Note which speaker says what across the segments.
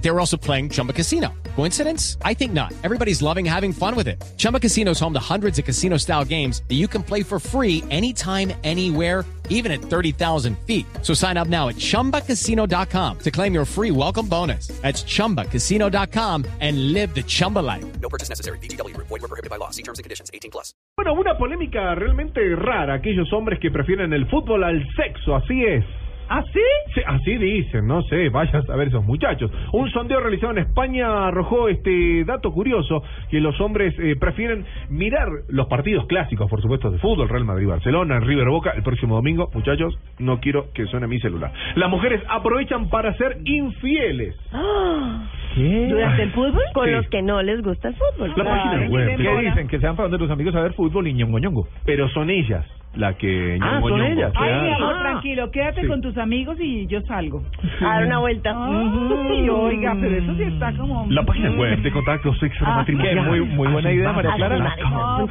Speaker 1: They were also playing Chumba Casino. Coincidence? I think not. Everybody's loving having fun with it. Chumba Casino is home to hundreds of casino style games that you can play for free anytime, anywhere even at 30,000 feet. So sign up now at ChumbaCasino.com to claim your free welcome bonus. That's ChumbaCasino.com and live the Chumba life.
Speaker 2: No purchase necessary. BGW. Void were prohibited by law. See terms and conditions. 18 plus.
Speaker 3: Bueno, una polémica realmente rara, aquellos hombres que prefieren el fútbol al sexo, así es.
Speaker 4: ¿Ah,
Speaker 3: ¿Así? así dicen, no sé, vaya a ver esos muchachos. Un sondeo realizado en España arrojó este dato curioso, que los hombres eh, prefieren mirar los partidos clásicos, por supuesto, de fútbol, Real Madrid, Barcelona, River Boca, el próximo domingo, muchachos, no quiero que suene mi celular. Las mujeres aprovechan para ser infieles.
Speaker 4: ¿Durante el fútbol? Con
Speaker 3: Sí.
Speaker 4: los que no les gusta el fútbol. Ah,
Speaker 3: La página web,
Speaker 4: Ay,
Speaker 3: ¿qué
Speaker 4: demora.
Speaker 3: dicen?
Speaker 5: que se van para donde los amigos a ver fútbol y ñongo ñongo.
Speaker 3: Pero son ellas las que...
Speaker 5: Ah, son
Speaker 3: ñongo,
Speaker 5: ellas.
Speaker 3: claro. Ah,
Speaker 6: Ay, mi amor, tranquilo, quédate con tus amigos y yo salgo.
Speaker 4: A dar una vuelta.
Speaker 6: Ay, oiga, pero eso sí está como...
Speaker 3: La página web de contactos extramatrimoniales.
Speaker 5: Ah, muy- muy buena idea, María Clara.
Speaker 6: No, no,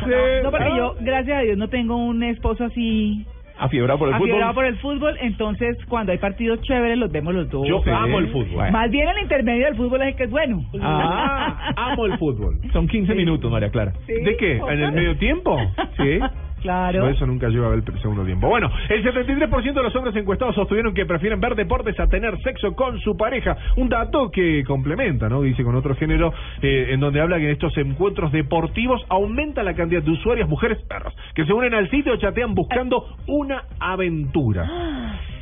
Speaker 6: porque yo, gracias a Dios, no tengo un esposo así
Speaker 5: Afiebrado por el
Speaker 6: afiebrado
Speaker 5: fútbol.
Speaker 6: por el fútbol, entonces cuando hay partidos chéveres los vemos los dos.
Speaker 3: Yo
Speaker 5: Sí.
Speaker 3: amo el fútbol.
Speaker 6: Más bien el intermedio del fútbol es el que es bueno.
Speaker 3: Ah, amo el fútbol.
Speaker 5: Son 15 minutos, María Clara.
Speaker 3: ¿De qué? ¿En el medio tiempo? Sí.
Speaker 6: Claro.
Speaker 3: Por eso nunca llego a ver el segundo tiempo. Bueno, el 73% de los hombres encuestados sostuvieron que prefieren ver deportes a tener sexo con su pareja. Un dato que complementa, ¿no? Dice con otro género, eh, en donde habla que en estos encuentros deportivos aumenta la cantidad de usuarias, mujeres, perros, que se unen al sitio o chatean buscando una aventura.